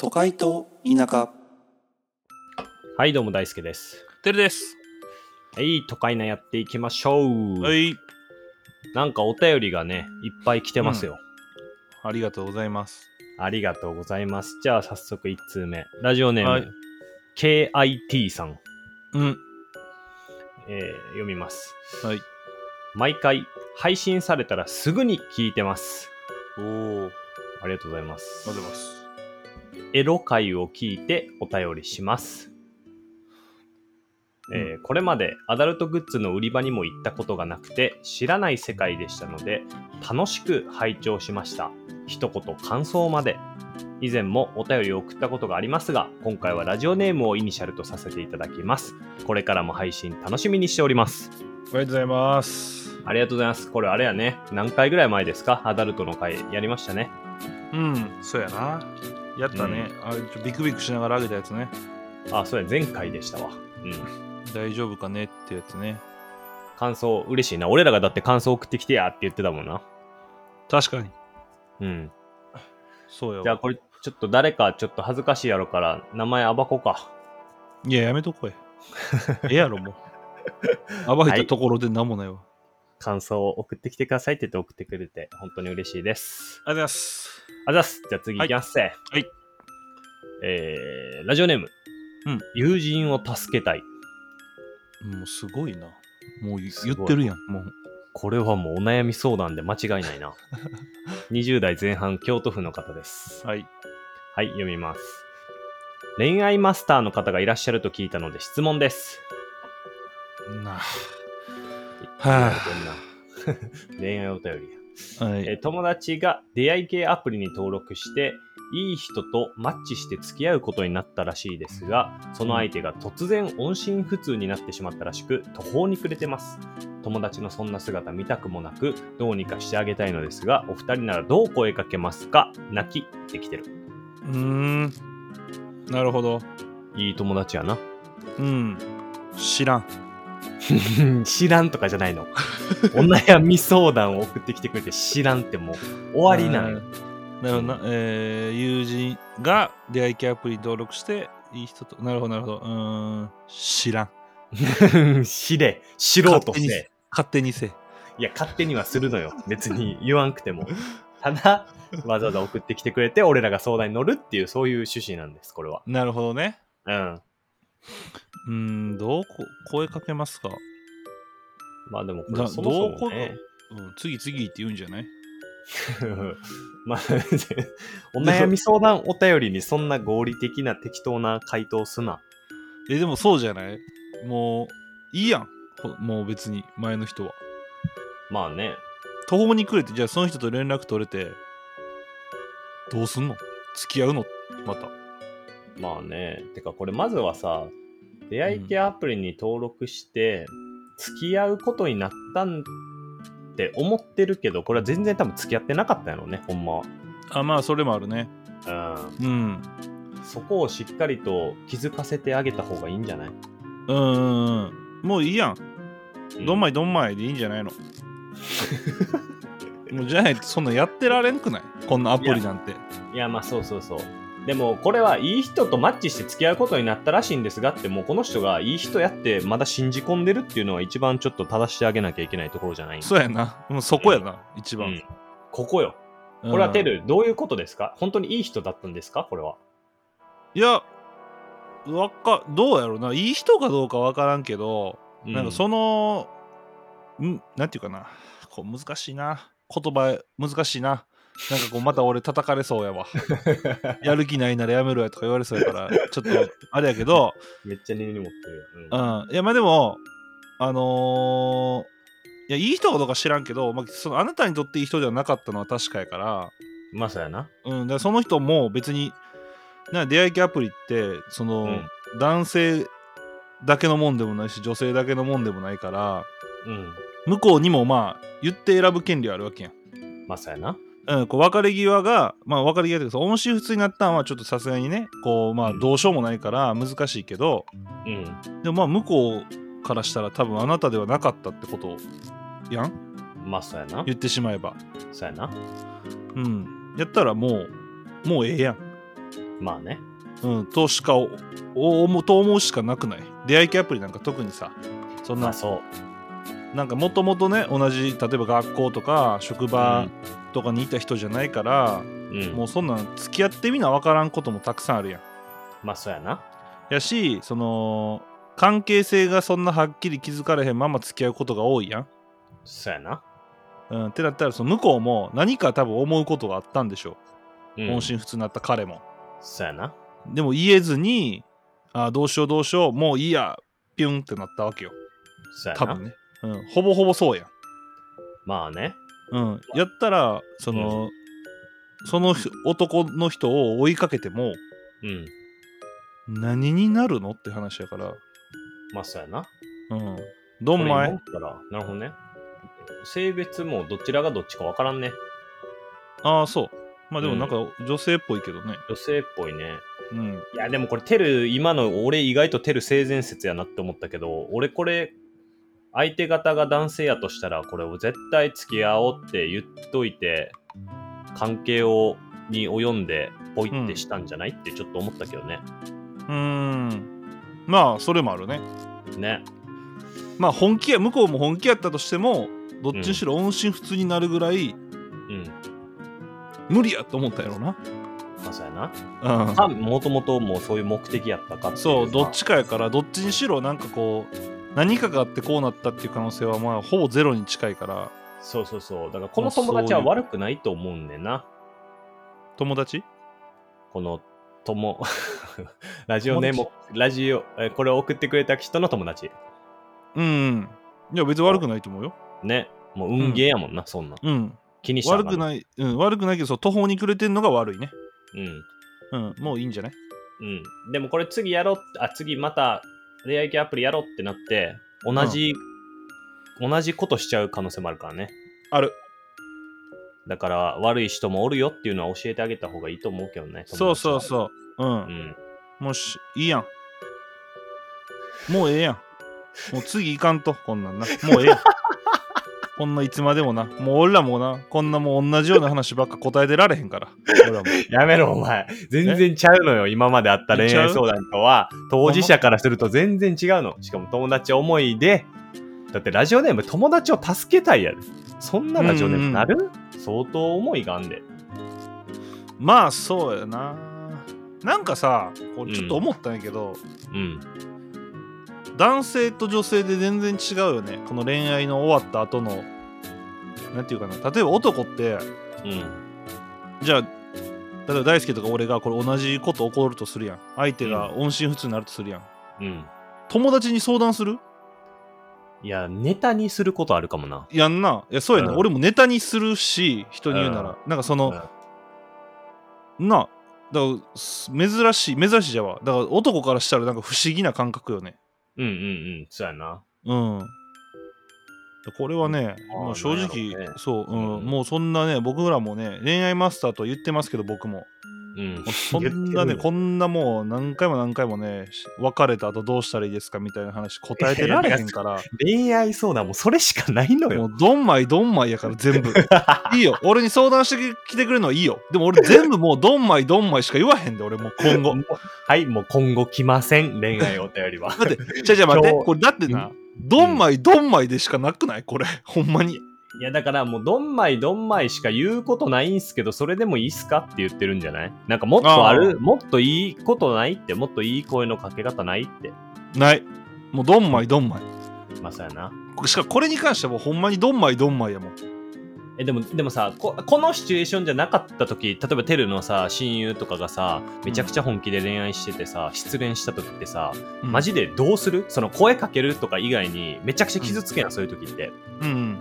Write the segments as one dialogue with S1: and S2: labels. S1: 都会と田舎
S2: はい、どうも大輔です。
S3: てるです。
S2: はい、都会なやっていきましょう。
S3: はい。
S2: なんかお便りがね、いっぱい来てますよ。
S3: ありがとうございます。
S2: ありがとうございます。じゃあ早速1通目。ラジオネーム、
S3: はい
S2: KIT さん、
S3: うん。
S2: えー読みます。
S3: はい。
S2: 毎回配信されたらすぐに聞いてます。
S3: おお。あり
S2: ありがとうございます
S3: がとうございます。
S2: エロ回を聞いてお便りします、えーこれまでアダルトグッズの売り場にも行ったことがなくて知らない世界でしたので楽しく拝聴しました一言感想まで以前もお便りを送ったことがありますが今回はラジオネームをイニシャルとさせていただきますこれからも配信楽しみにしております
S3: ありがとうございます。
S2: ありがとうございますこれあれやね何回ぐらい前ですかアダルトの回やりましたね
S3: うん、そうやな。やったね。あれちょビクビクしながらあげたやつね。
S2: あそうや前回でしたわうん
S3: 大丈夫かねってやつね。
S2: 感想嬉しいな俺らがだって感想送ってきてやって言ってたもんな
S3: 確かに。
S2: うん
S3: そうやわ
S2: じゃあこれちょっと誰かちょっと恥ずかしいやろから名前暴こうか
S3: いや、やめと こい。ええやろ、もう。暴いたところで何もないわ。
S2: 感想を送ってきてくださいって言って送ってくれて本当に嬉しいです
S3: ありがとうございます。
S2: あざっすじゃあ次いきますせはい
S3: はい
S2: えー、ラジオネーム、
S3: うん、
S2: 友人を助けたい
S3: もうすごいな。もう言
S2: すごい
S3: 言ってるやん。もう。
S2: これはもうお悩み相談で間違いない な20代前半京都府の方です
S3: はい。
S2: はい、読みます。恋愛マスターの方がいらっしゃると聞いたので質問です。
S3: な
S2: な
S3: は
S2: るほどな 恋愛お便り。
S3: あ。は
S2: え
S3: い。
S2: 友達が出会い系アプリに登録して、いい人とマッチして付き合うことになったらしいですが、その相手が突然音信不通になってしまったらしく、途方に暮れてます。友達のそんな姿見たくもなく、どうにかしてあげたいのですが、お二人ならどう声かけますか泣きってきてる。
S3: うーん。なるほど。
S2: いい友達やな。
S3: うん。知らん。
S2: うん知らんとかじゃない の。お悩み相談を送ってきてくれて知らんってもう終わりなのよ。
S3: うんなるほどな、えー友人が出会い系アプリ登録して、いい人と、なるほど、なるほど。うーん、知らん。
S2: 知れ、知ろうとせ
S3: 勝手に
S2: え。
S3: 勝手にせえ。
S2: いや、勝手にはするのよ。別に言わんくても。 ただ、わざわざ送ってきてくれて、俺らが相談に乗るっていう、そういう趣旨なんです、これは。
S3: なるほどね。
S2: うん。
S3: うーん、どうこ声かけますか、
S2: まあでも、これ
S3: だ
S2: そもそ
S3: ど
S2: も
S3: う
S2: ね。
S3: うん、次次って言うんじゃない
S2: まあ、お悩み相談お便りにそんな合理的な適当な回答すな。
S3: え、でもそうじゃないもう、いいやん。ほもう別に、前の人は。
S2: まあね。
S3: 途方に暮れて、じゃあその人と連絡取れて、どうすんの付き合うのまた。
S2: まあね、てかこれまずはさ、出会い系アプリに登録して、付き合うことになったんって思ってるけど、これは全然多分付き合ってなかったんやろうね、ほんま
S3: あ、まあ、それもあるね。
S2: は。
S3: うん。
S2: うん。そこをしっかりと気づかせてあげた方がいいんじゃない
S3: うんうんうんもういいやん。どんまいどんまいでいいんじゃないの もうじゃないとそんなやってられんくないこんなアプリなんて。
S2: いや、まあそうそうそう。でもこれはいい人とマッチして付き合うことになったらしいんですがってもうこの人がいい人やってまだ信じ込んでるっていうのは一番ちょっと正してあげなきゃいけないところじゃない
S3: そうやな。もうそこやな、一
S2: う
S3: 番
S2: ん。ここよこれはテル、どういうことですか本当にいい人だったんですかこれは。
S3: うん。いや、わか、どうやろうな。いい人かどうかわからんけど、なんか
S2: う
S3: その、ん、なんていうかな。こう難しいな。言葉難しいな。なんかこうまた俺叩かれそう やわ。やる気ないならやめろやとか言われそうやから、ちょっとあれやけど、
S2: めっちゃ根に持ってるよ。うん
S3: うん、いやまあでもあのーいやいい人かどうか知らんけど、まあ、そのあなたにとっていい人ではなかったのは確かやから,、
S2: まあそうやな。
S3: うん、だからその人も別にな出会い系アプリってその、
S2: うん
S3: 男性だけのもんでもないし女性だけのもんでもないから
S2: うん。
S3: 向こうにもまあ言って選ぶ権利はあるわけやん。
S2: まあそうやな。
S3: うん、こう別れ際が、まあ、別れ際というかその音信不通になったのはちょっとさすがにねこう、まあ、
S2: うん
S3: どうしようもないから難しいけど、
S2: うん。
S3: でもまあ向こうからしたら多分あなたではなかったってことやん
S2: まあそうやな。
S3: 言ってしまえば
S2: そうやな。
S3: うんやったらもうもうええやん
S2: まあね。
S3: うん、としかおお思うと思うしかなくない出会い系アプリなんか特にさそん
S2: まあ
S3: な
S2: そう。
S3: なんかもともとね同じ例えば学校とか職
S2: う
S3: 場
S2: ん
S3: とかにいた人じゃないから、
S2: うん。
S3: もうそんなん付き合ってみな分からんこともたくさんあるやん
S2: まあそうやな。
S3: やしその関係性がそんなはっきり気づかれへんまま付き合うことが多いやん、
S2: そうやな。
S3: うん、ってなったらその向こうも何か多分思うことがあったんでしょ
S2: う。
S3: うん音信不通になった彼も
S2: そうやな。
S3: でも言えずにあーどうしようどうしようもういいやピュンってなったわけよ
S2: そうや
S3: 多
S2: な
S3: 分。ね、うん、ほぼほぼそうやん、
S2: まあね。
S3: うん、やったらその、そのひ男の人を追いかけても
S2: うん。
S3: 何になるのって話やから
S2: まあそうやな。
S3: うんどんま
S2: こ
S3: い
S2: れ今からなるほどね。性別もどちらがどっちかわからんね。
S3: ああそうまあでもなんか女性っぽいけどね
S2: 女性っぽいね。
S3: うん
S2: いやでもこれテル今の俺意外とテル性善説やなって思ったけど俺これ相手方が男性やとしたらこれを絶対付き合おうって言っといて関係をに及んでポイってしたんじゃない、ってちょっと思ったけどね
S3: うーんまあそれもあるね
S2: ね
S3: まあ本気や向こうも本気やったとしてもどっちにしろ音信不通になるぐらい
S2: うん
S3: 無理やと思ったやろな
S2: まあそうやな
S3: うん
S2: かもともともうそういう目的やったかっていう
S3: そうどっ
S2: か
S3: ちかやからどっちにしろなんかこう何かがあってこうなったっていう可能性はまあほぼゼロに近いから
S2: そうそうそうだからこの友達は悪くないと思うんねんな
S3: 友達
S2: この友 ラジオネームラジオえこれを送ってくれた人の友達
S3: うんうんいや別に悪くないと思うよ
S2: ね、もう運ゲーやもんな、そんなん。
S3: うん
S2: 気にしちゃ
S3: 悪く
S2: い。
S3: ない、うん、悪くないけどそう途方に暮れてんのが悪いね
S2: うん。
S3: うんもういいんじゃない
S2: うん。でもこれ次やろうっ、あ、次また恋愛系アプリやろうってなって、同じ、同じことしちゃう可能性もあるからね。
S3: ある
S2: だから悪い人もおるよっていうのは教えてあげた方がいいと思うけどね。
S3: そうそう
S2: う。
S3: そうう
S2: うんん。
S3: もうしいいやんもうええやんもう次いかんとこんなんなもうえ えやんこんないつまでもなもう俺らもなこんなもう同じような話ばっか答えてられへんから俺らも
S2: やめろ、お前。全然ちゃうのよ。今まであった恋愛相談とは、当事者からすると全然違うの。しかも友達思いで、だってラジオネーム、友達を助けたいやる。そんなラジオネームなる、相当思いがあんで。
S3: まあそうやななんかさこうちょっと思ったんやけど、
S2: うん。
S3: 男性と女性で全然違うよねこの恋愛の終わった後のなんていうかな例えば男って
S2: うん。
S3: じゃあ例えば大輔とか俺がこれ同じこと起こるとするやん相手が音信不通になるとするやん、
S2: うん。
S3: 友達に相談する
S2: いや、ネタにすることあるかもな。
S3: やんないやそうやね、
S2: うん
S3: 俺もネタにするし人に言うなら、なんかその、なあだからす珍しい珍しいじゃわだから男からしたらなんか不思議な感覚よね
S2: うんうんうん。そうやな。
S3: うん。これはね、
S2: うん
S3: もう正直、
S2: なんやろうね
S3: そう、うん
S2: うん
S3: もうそんなね、僕らもね、恋愛マスターと言ってますけど、僕も。
S2: うん
S3: もう。そんなね、こんなもう何回も何回もね、し別れた後どうしたらいいですかみたいな話答えてられへんから、
S2: 恋愛相談もそれしかないの
S3: も
S2: よ。
S3: うどんまいどんまいやから 全部。いいよ、俺に相談してきてくれるのはいいよ。でも俺全部もうどんまいどんまいしか言わへんで、俺もう今後。
S2: はい、もう今後来ません。恋愛お便りは。
S3: だって、じゃじゃ待って、
S2: 今日
S3: これだってな、どんまいどんまいでしかなくないこれ、 ほんまに。
S2: いやだからもうどんまいどんまいしか言うことないんすけどそれでもいいっすかって言ってるんじゃないなんかもっとあ
S3: あ
S2: るもっといいことないってもっといい声のかけ方ないって
S3: ない。もうどんまいどんまい。
S2: まあそうやな
S3: しかもこれに関してはもうほんまにドンマイドンマイやもん。
S2: えでもでもさここのシチュエーションじゃなかった時例えばテルのさ親友とかがさめちゃくちゃ本気で恋愛しててさ失恋した時ってさマジでどうするその声かけるとか以外にめちゃくちゃ傷つけなそういう時って
S3: うんうん。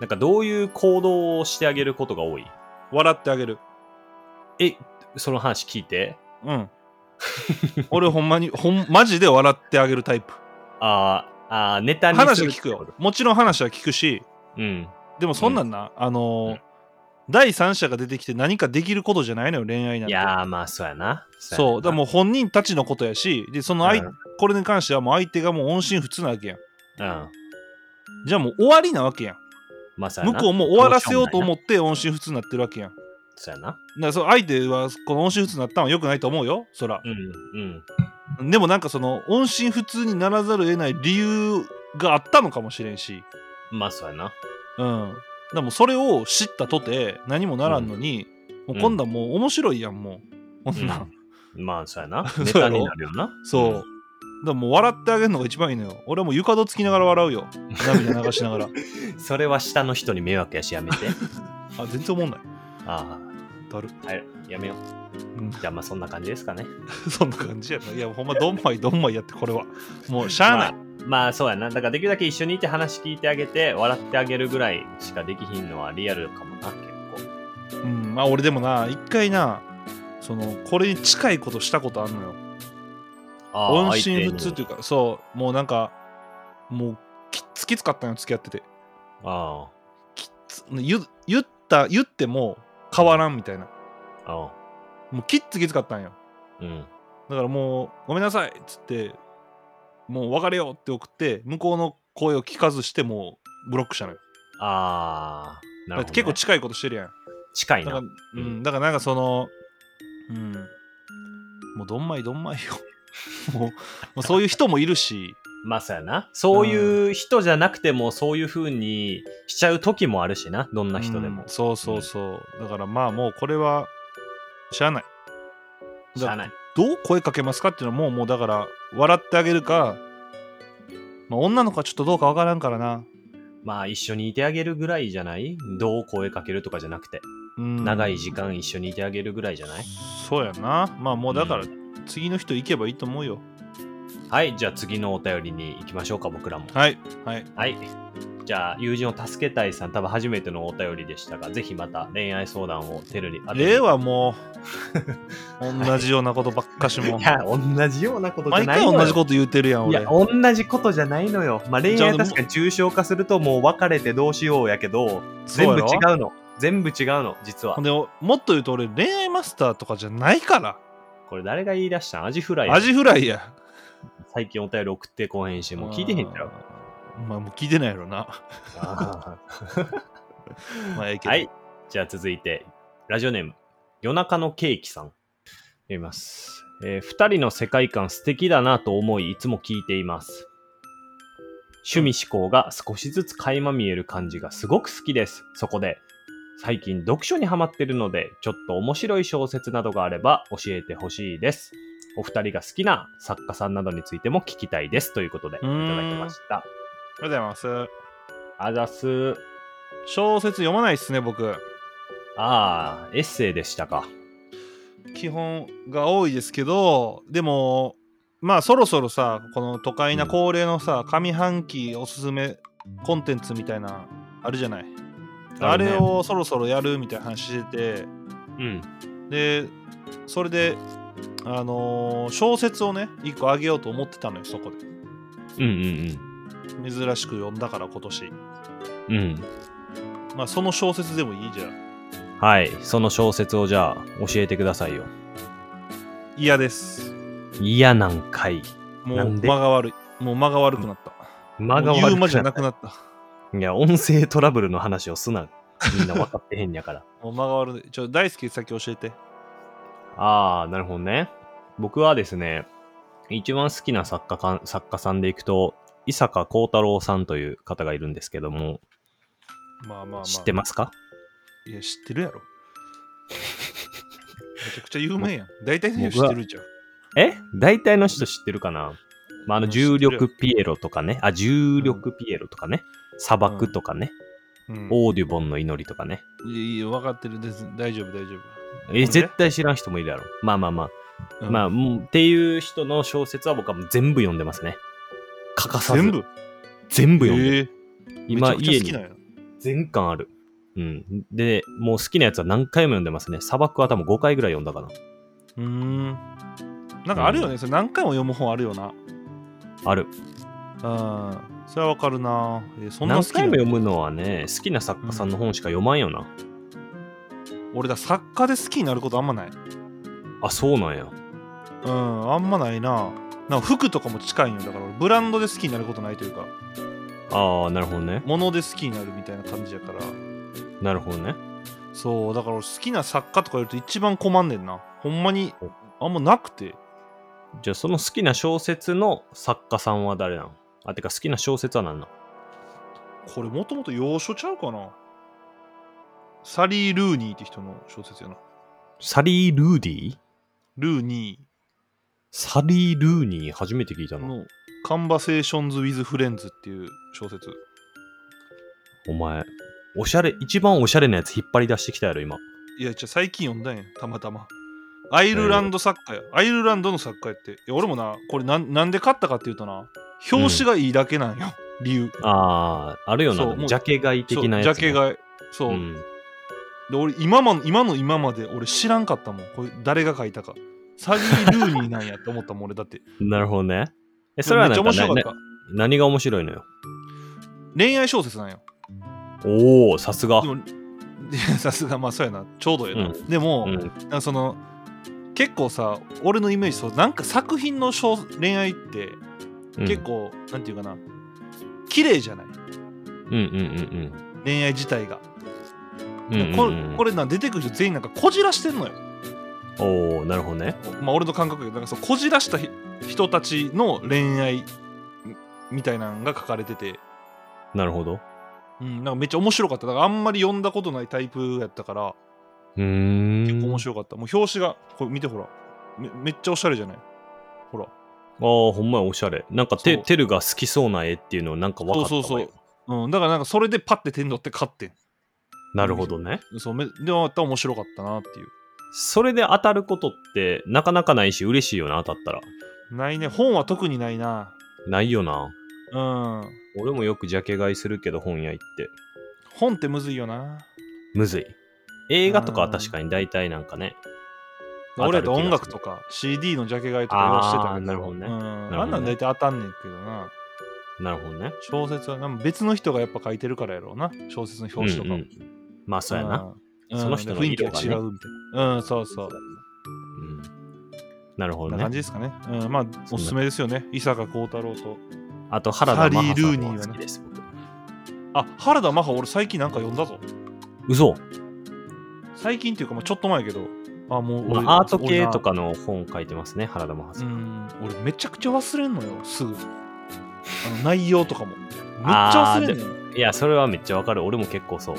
S2: なんかどういう行動をしてあげることが多い
S3: 笑ってあげる。
S2: えその話聞いて
S3: うん。俺ほんまに、ほん、マジで笑ってあげる タイプ。
S2: あーあーネタにする
S3: 話は聞くよ。もちろん話は聞くし、
S2: うん
S3: でもそんなんな、あのー
S2: うん
S3: 第三者が出てきて何かできることじゃないのよ、恋愛なん
S2: い
S3: て。
S2: やーまあそうやな。
S3: そう、だからも
S2: う
S3: う本人たちのことやし、で、その相、
S2: うん
S3: これに関してはもう相手がもう音信不通なわけやん。
S2: やな。うん。
S3: じゃあもう終わりなわけやん。
S2: まあそうや
S3: 向
S2: な。
S3: こうも終わらせようと思って音信不通になってるわけやん。
S2: そうやな。
S3: らそう相手はこの音信不通になったのは良くないと思うよそら
S2: う、んうん。
S3: でもなんかその音信不通にならざるを得ない理由があったのかもしれんし
S2: まあそうやな。
S3: うんでもそれを知ったとて何もならんのに、
S2: うん
S3: もう今度はもう面白いやんもうこんなん、
S2: まあそうや な。
S3: そう
S2: ネ
S3: やろ
S2: タになるよな。
S3: そう。だからもう笑ってあげるのが一番いいのよ。俺はもう床戸つきながら笑うよ。涙流し ながら。
S2: うんそれは下の人に迷惑やし やめて。
S3: あ、全然思んない。
S2: あ
S3: だる。
S2: あ、はい、やめよ
S3: う
S2: う。じゃあまあそんな感じですかね。
S3: そんな感じやな。いや、ほんまどんまいどんまいやってこれは。もうしゃあない。
S2: まあ、まあそうやな。だからできるだけ一緒にいて話聞いてあげて、笑ってあげるぐらいしかできひんのはリアルかもな、結構。
S3: うん、まあ俺でもな、一回な、その、これに近いことしたことあんのよ。
S2: ああ
S3: 音信不通
S2: 相
S3: っ
S2: 手
S3: ていうか、そう、もうなんか、もうきっつきつかったのよ、付き合ってて。
S2: にあ
S3: つ言言った、言っても変わらんみたいな。
S2: あ、あ
S3: もうきっつきつかったんよ。
S2: あ、うん。
S3: だからもう「ごめんなさい」っつって「もう別れよ」って送って向こうの声を聞かずしてもうブロックしたのよ、
S2: ああ、なるほ
S3: だっ
S2: ど、
S3: て
S2: ね。
S3: 結構近いことしてるやん
S2: 近い
S3: だから,、
S2: な
S3: う。
S2: うん
S3: ん、だからなんかそのうんもうどんまいどんまいよ もうもうそういう人もいるし
S2: まあそうやな。そういう人じゃなくても、そういう風にしちゃう時もあるしな、どんな人でも
S3: うん。そうそうそう、だからまあもうこれはしゃあない
S2: しゃあない。
S3: どう声かけますかっていうのはもうもうだから笑ってあげるか、まあ、女の子はちょっとどうかわからんからな、
S2: まあ一緒にいてあげるぐらいじゃないどう声かけるとかじゃなくて、
S3: うん、
S2: 長い時間一緒にいてあげるぐらいじゃない
S3: そうやなまあもうだから
S2: う
S3: 次の人行けばいいと思うよ、
S2: はい、じゃあ次のお便りに行きましょうか、僕らも。
S3: はいはい
S2: はい。じゃあ、友人を助けたいさん、多分初めてのお便りでしたが、ぜひまた恋愛相談をテルに。
S3: 例はも う同じようなことばっかしも
S2: いや、同じようなことじゃ
S3: 毎
S2: ない
S3: 回
S2: のよ。
S3: 同じこと言うてるやん
S2: い
S3: 俺
S2: や、同じことじゃないのよ。まあ、恋
S3: じゃあ
S2: 愛は確かに抽象化すると、もう別れてどうしようやけど、
S3: そう
S2: 全
S3: や
S2: 部違
S3: ろ
S2: うの。全部違うの、実は
S3: ほん。でもっと言うと俺恋愛マスターとかじゃないから
S2: これ誰が言い出したんアジフライ。
S3: アジフライや
S2: 最近お便り送ってこへんし、もう聞いてへんじゃん。
S3: あーまあもう聞いてないやろなまあええけど
S2: はい。じゃあ続いて、ラジオネーム、夜中のケーキさん。読みます。えー二人の世界観素敵だなと思い、いつも聞いています。趣味思考が少しずつ垣間見える感じがすごく好きです。そこで、最近読書にハマってるので、ちょっと面白い小説などがあれば教えてほしいです。お二人が好きな作家さんなどについても聞きたいです。ということで、いただ
S3: ーん
S2: きました。
S3: ありがとうございます
S2: あざす。
S3: 小説読まないっすね僕
S2: ああ、エッセイでしたか。
S3: 基本が多いですけどでもまあそろそろさこの都会な恒例のさ、上半期おすすめコンテンツみたいなあるじゃないあ
S2: るね
S3: れをそろそろやるみたいな話して
S2: うん。
S3: てでそれであのー小説をね一個あげようと思ってたのよそこで
S2: うんうん
S3: 珍しく読んだから今年
S2: うん。うん。
S3: まあその小説でもいいじゃん
S2: はい。その小説をじゃあ教えてくださいよ。
S3: 嫌です
S2: 嫌なんかい。
S3: も
S2: な
S3: うん
S2: で
S3: 間が悪いもう間が悪くなった
S2: 間が
S3: もう言う
S2: 悪
S3: 間
S2: く
S3: じゃ
S2: な
S3: な
S2: っ
S3: くなった
S2: た。いや、音声トラブルの話をすな。みんな分かってへんや から。
S3: もう間が悪いちょ大好き先教えて
S2: ああ、なるほどね。僕はですね、一番好きな作家かん作家さんでいくと、伊坂幸太郎さんという方がいるんですけども、
S3: まあまあまあ。
S2: 知ってますか
S3: いや、知ってるやろ。 めちゃくちゃ有名やん。大体の人知ってるじゃん。
S2: え大体の人知ってるかな、まあ、あの、
S3: うん知って
S2: 重
S3: るよ
S2: 力ピエロとかね、あ、重力ピエロとかね、砂漠とかね、
S3: うん、
S2: オーデュボンの祈りとかね、
S3: いやいや、分かってるです。大丈夫、大丈
S2: え
S3: で
S2: 絶対知らん人もいるやろ。まあまあまあ。
S3: 夫。
S2: まあ、もうっていう人の小説は僕はもう全部読んでますね。欠か
S3: あ
S2: さず。
S3: 全部
S2: 全部読んでる。
S3: ええ
S2: 今、
S3: めちゃくちゃ
S2: 家
S3: 好きなん
S2: に
S3: や。
S2: 全巻ある。うん。で、もう好きなやつは何回も読んでますね。砂漠は多分5回ぐらい読んだかな。
S3: うーん。なんかあるよね。それ何回も読む本あるよな。
S2: ある。
S3: うん。それは分かるな。えそんな好
S2: 何
S3: きな
S2: 回
S3: の
S2: も読むのはね、好きな作家さんの本しか読まんよな。
S3: 俺だ、作家で好きになることあんまない。
S2: あ、そうなんや。
S3: うん、あんまないな。なんか服とかも近いんよ。だから俺、ブランドで好きになることないというか、
S2: ああ、なるほどね。
S3: 物で好きになるみたいな感じやから。
S2: なるほどね。
S3: そうだから俺好きな作家とか言うと一番困んねんなほんまにあんまなくて
S2: じゃあその好きな小説の作家さんは誰なのあ、てか好きな小説は何なの
S3: これもともと洋書ちゃうかなサリー・ルーニーって人の小説やな
S2: サリー・ルーディー
S3: ルーニー
S2: サリー・ルーニー初めて聞いたな。
S3: の「カンバセーションズ・ウィズ・フレンズ」っていう小説
S2: お前、おしゃれ、一番おしゃれなやつ引っ張り出してきたやろ、今。
S3: いやじゃあ最近読んだんやたまたまアイルランド作家や、アイルランドの作家やっていや俺もなこれなんなんで買ったかっていうとな表紙がいいだけなんよ、理由
S2: あー、あるよな、
S3: そう
S2: で
S3: も
S2: も
S3: う
S2: ジャケ買い
S3: そう
S2: 的なやつ
S3: ジ
S2: な。
S3: ャケ買いそ
S2: う
S3: う、
S2: ん。
S3: で俺今も今の今まで俺知らんかったもんこれ誰が書いたかサリー・ルーニーなんやって思ったもん俺だって
S2: なるほどね。え、それは
S3: めっ
S2: な
S3: ちゃ
S2: んか
S3: 面白かっ
S2: な
S3: た
S2: な何が面白いのよ。
S3: 恋愛小説なんよ
S2: おー、さすが
S3: で。もでさすがまあそうやなちょうどやな、
S2: う
S3: でも、
S2: うん。
S3: なんかその結構さ俺のイメージそうなんか作品の小恋愛って結構、なんていうかな綺麗じゃない
S2: うんうんうん
S3: 恋愛自体が、
S2: うんうんうん
S3: こ
S2: うん。
S3: これな出てくる人全員なんかこじらしてんのよ
S2: おー、なるほどね。
S3: まあ俺の感覚でなんかそうこじらしたひ人たちの恋愛みみたいなのが書かれてて、
S2: なるほど。
S3: うん、なんかめっちゃ面白かっただからあんまり読んだことないタイプやったから
S2: うーん。
S3: 結構面白かった、もう表紙がこれ見てほらめめっちゃおしゃれじゃないほら
S2: あー、ほんまやおしゃれ。なんかて、
S3: そう
S2: テルが好きそうな絵っていうのをなんか分かった
S3: そう
S2: わ
S3: そうそううん、だからなんかそれでパッて手に取って買って
S2: なるほどね。
S3: んそうめでまた面白かったなっていう
S2: それで当たることってなかなかないし嬉しいよな当たったら
S3: ないね本は特にないな
S2: ないよな
S3: うん
S2: 俺もよくジャケ買いするけど本屋行って
S3: 本ってむずいよな
S2: むずい映画とかは確かに大体なんかね
S3: 俺やと音楽と
S2: か
S3: か CD のジャケ買いとか用してた
S2: あー
S3: けど
S2: なるほどね
S3: う
S2: ほど
S3: ん、
S2: ね
S3: あんなん大体当たんねんけどな
S2: なるほどね
S3: 小説はなんか別の人がやっぱ書いてるからやろうな小説の表紙とかも、
S2: うんうんまあそうやな、
S3: うん
S2: その人の
S3: 雰囲気
S2: 色
S3: が
S2: がね
S3: 違うみたいなうんそうそう
S2: うんなる
S3: こ
S2: ほ
S3: ん
S2: ど
S3: な
S2: ね
S3: 感じですかね、うん、まあおすすめですよね伊坂幸太郎と
S2: あと原田真帆
S3: サ
S2: さ
S3: リールー
S2: ん
S3: ニー
S2: も
S3: はね
S2: 好きです、僕
S3: あ原田真帆俺最近なんか読んだぞ
S2: 嘘、
S3: 最近っていうかまあちょっと前やけどあもう俺、
S2: まあ、アート系と
S3: か
S2: かの本書いてますね原田真帆
S3: う
S2: さん、
S3: ん俺めちゃくちゃ忘れんのよすぐあの内容とかもめっちゃ
S2: あ
S3: 忘
S2: ー
S3: れんのよ
S2: いやそれはめっちゃわかる俺も結構そう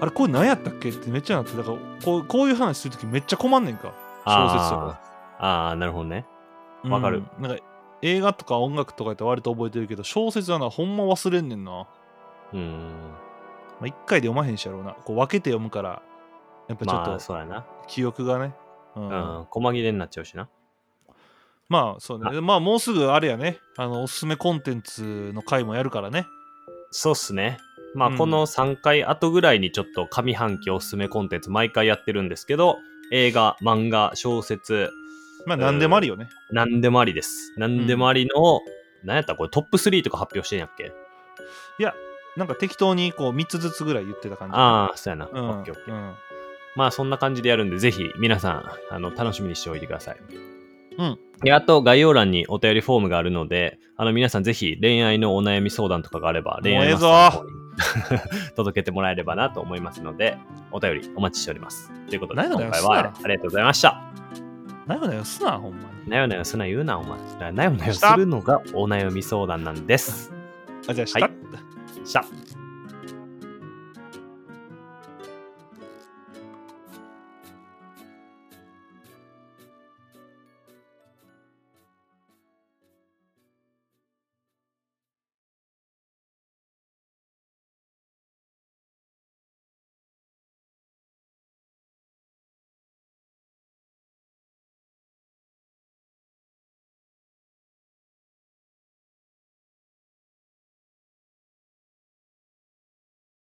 S3: あれこれ何やったっけってめっちゃなってだからこうこういう話するときめっちゃ困んねんか小説と
S2: あ
S3: か
S2: ーあーなるほどね
S3: うん
S2: わかる
S3: なんか映画とか音楽とかやったら割と覚えてるけど小説はなほんま忘れんねんな、ま
S2: うーん
S3: あ、1回で読まへんしやろうなこう分けて読むからやっぱちょ
S2: まあ
S3: っと
S2: そうやな
S3: 記憶がね、うん
S2: うん、細切れになっちゃうしな。
S3: まあそうねまあもうすぐあれやねあのおすすめコンテンツの回もやるからね
S2: そうっすね。まあ、
S3: うん
S2: この3回後ぐらいにちょっと上半期おすすめコンテンツ毎回やってるんですけど、映画、漫画、小説、
S3: まあ何でもあるよね、
S2: 何でもありです。何でもありの、何やったこれトップ3とか発表してんやっけ
S3: なんか適当にこう3つずつぐらい言ってた感じ
S2: ああ、そうやな。
S3: うん
S2: オッケーオッケー
S3: うん
S2: まあそんな感じでやるんで、ぜひ皆さん、あの、楽しみにしておいてください。
S3: うん。
S2: で、あと概要欄にお便りフォームがあるので、あの皆さんぜひ恋愛のお悩み相談とかがあれば、恋
S3: もうえ
S2: 愛
S3: え
S2: マス
S3: ぞ
S2: ターの方に 届けてもらえればなと思いますので、お便りお待ちしております。ということで、
S3: なよ
S2: 今
S3: なよ
S2: 回
S3: すな
S2: はありがとうございました。
S3: なよなよすなほんまに
S2: なよなよすな言うな、お前。だからなよなよするのがお悩み相談なんです。
S3: あじゃあし
S2: はいした。